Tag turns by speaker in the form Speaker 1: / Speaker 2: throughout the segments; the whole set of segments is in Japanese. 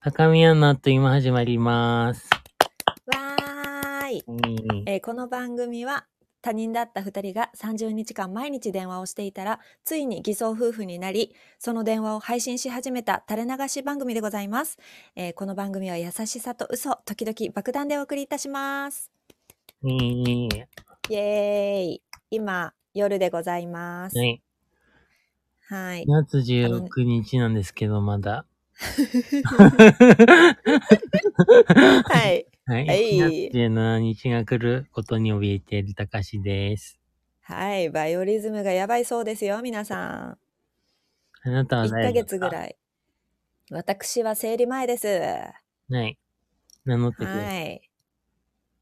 Speaker 1: 高宮のあっと今始まります。
Speaker 2: わ
Speaker 1: は
Speaker 2: ーい、
Speaker 1: い
Speaker 2: えーこの番組は他人だった2人が30日間毎日電話をしていたらついに偽装夫婦になりその電話を配信し始めた垂れ流し番組でございます、えーこの番組は優しさと嘘時々爆弾でお送りいたします
Speaker 1: はい
Speaker 2: イエーイ今夜でございます
Speaker 1: は
Speaker 2: はい
Speaker 1: い。
Speaker 2: い
Speaker 1: 2月19日なんですけど、まだ。
Speaker 2: はい
Speaker 1: はい。
Speaker 2: はい
Speaker 1: 2月17日が来ることに怯えているたかしです。
Speaker 2: はいバイオリズムがやばいそうですよ皆さ
Speaker 1: あなた
Speaker 2: ん
Speaker 1: は
Speaker 2: 1ヶ
Speaker 1: 誰です
Speaker 2: 月
Speaker 1: か
Speaker 2: ぐらい私は生理前です
Speaker 1: はい。名乗ってください。
Speaker 2: はい。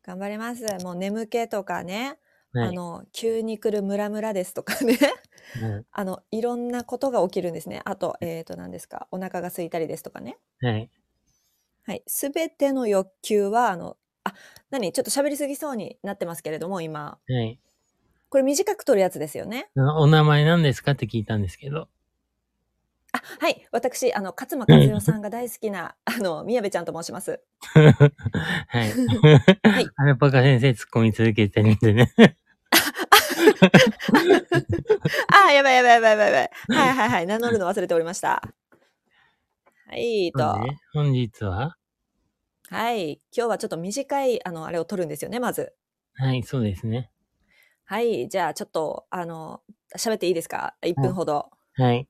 Speaker 2: 頑張ります。もう眠気とかね、
Speaker 1: は
Speaker 2: あ
Speaker 1: い。
Speaker 2: の急に来るムラムラですとかね、 あのいろんなことが起きるんですね。あとえっ、と何ですか、お腹が空いたりですとかね。
Speaker 1: はい。
Speaker 2: はい。すべての欲求はあのあ何ちょっと喋りすぎそうになってますけれども今
Speaker 1: はい。
Speaker 2: これ短く取るやつですよね。
Speaker 1: お名前何ですかって聞いたんですけど。
Speaker 2: あはい。私あの勝間和代さんが大好きなあの宮部ちゃんと申します。
Speaker 1: はい。
Speaker 2: い
Speaker 1: アルパカ先生突っ込み続けてるんでね。
Speaker 2: あー、やばいやばいやばいやばいやばい。はいはいはい。名乗るの忘れておりました。はい、と。
Speaker 1: そうね本日は
Speaker 2: はい。今日はちょっと短い、あの、あれを取るんですよね、まず。
Speaker 1: はい、そうですね。
Speaker 2: はい。じゃあ、ちょっと、あの、喋っていいですか ?1 分ほど。
Speaker 1: はい。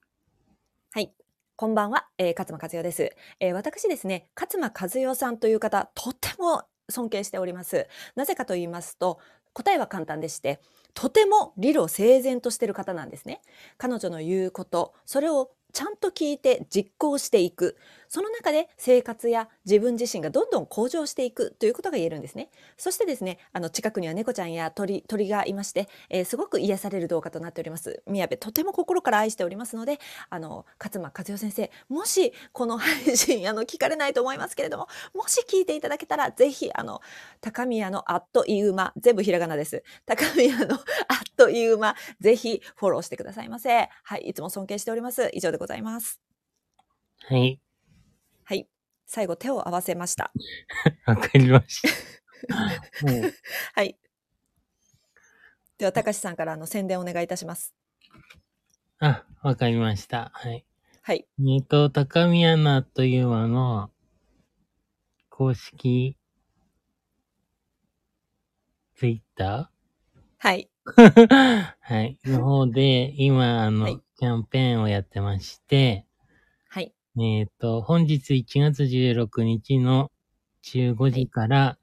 Speaker 2: はい。こんばんは、えー勝間和代です、えー私ですね、勝間和代さんという方、とても尊敬しております。なぜかと言いますと、答えは簡単でして、とても理路整然としている方なんですね。彼女の言うこと、それをちゃんと聞いて実行していく。その中で生活や自分自身がどんどん向上していくということが言えるんですね。そしてですね、あの近くには猫ちゃんや鳥鳥がいまして、えーすごく癒される動画となっております。宮部とても心から愛しておりますので、あの勝間和代先生もしこの配信あの聞かれないと思いますけれどももし聞いていただけたらぜひあの高宮の「あっという間」全部ひらがなです高宮の「あっという間」ぜひフォローしてくださいませはいいつも尊敬しております以上でございます
Speaker 1: はい。
Speaker 2: はい最後手を合わせました
Speaker 1: わかりました。もう
Speaker 2: はいでは高橋さんからあの宣伝お願いいたします
Speaker 1: あ、わかりました。はい。
Speaker 2: はい
Speaker 1: えっと、高宮のあっという間の公式ツイッタ
Speaker 2: はい
Speaker 1: ーはい。の方で、今、あの、
Speaker 2: はい
Speaker 1: キャンペーンをやってまして、
Speaker 2: はい
Speaker 1: えっ、と、本日1月16日の15時から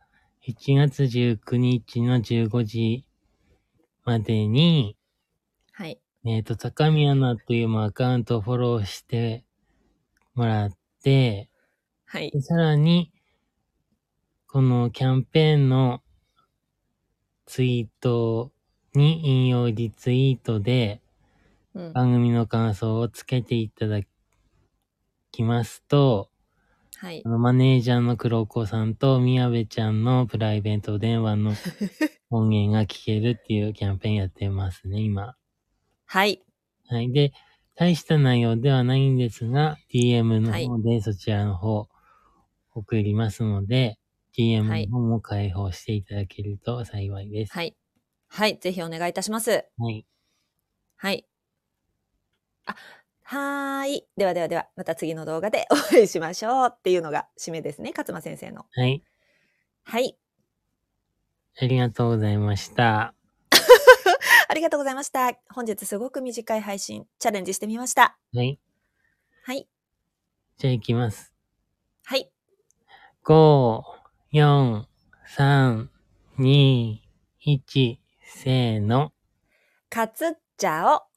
Speaker 1: 1月19日の15時までに、
Speaker 2: はい
Speaker 1: えっ、と、高宮アナというまあアカウントをフォローしてもらって、
Speaker 2: はい
Speaker 1: でさらに、このキャンペーンのツイートに引用リツイートで
Speaker 2: うん
Speaker 1: 番組の感想をつけていただきますと、
Speaker 2: はい
Speaker 1: あのマネージャーの黒子さんと宮部ちゃんのプライベート電話の音源が聞けるっていうキャンペーンやってますね、今。
Speaker 2: はい
Speaker 1: はい。で、大した内容ではないんですが、DM の方でそちらの方送りますので、
Speaker 2: は
Speaker 1: DM
Speaker 2: い
Speaker 1: の方も開放していただけると幸いです。
Speaker 2: はいはいぜひお願いいたします
Speaker 1: はい。
Speaker 2: はい。あ、はーい。ではではでは、また次の動画で お会いしましょうっていうのが締めですね。勝間先生の。
Speaker 1: はい。
Speaker 2: はい。
Speaker 1: ありがとうございました。
Speaker 2: ありがとうございました。本日すごく短い配信、チャレンジしてみました。
Speaker 1: はい。
Speaker 2: はい。
Speaker 1: じゃあ行きます。
Speaker 2: はい。
Speaker 1: 5、4、3、2、1、せーの。
Speaker 2: かつっちゃお。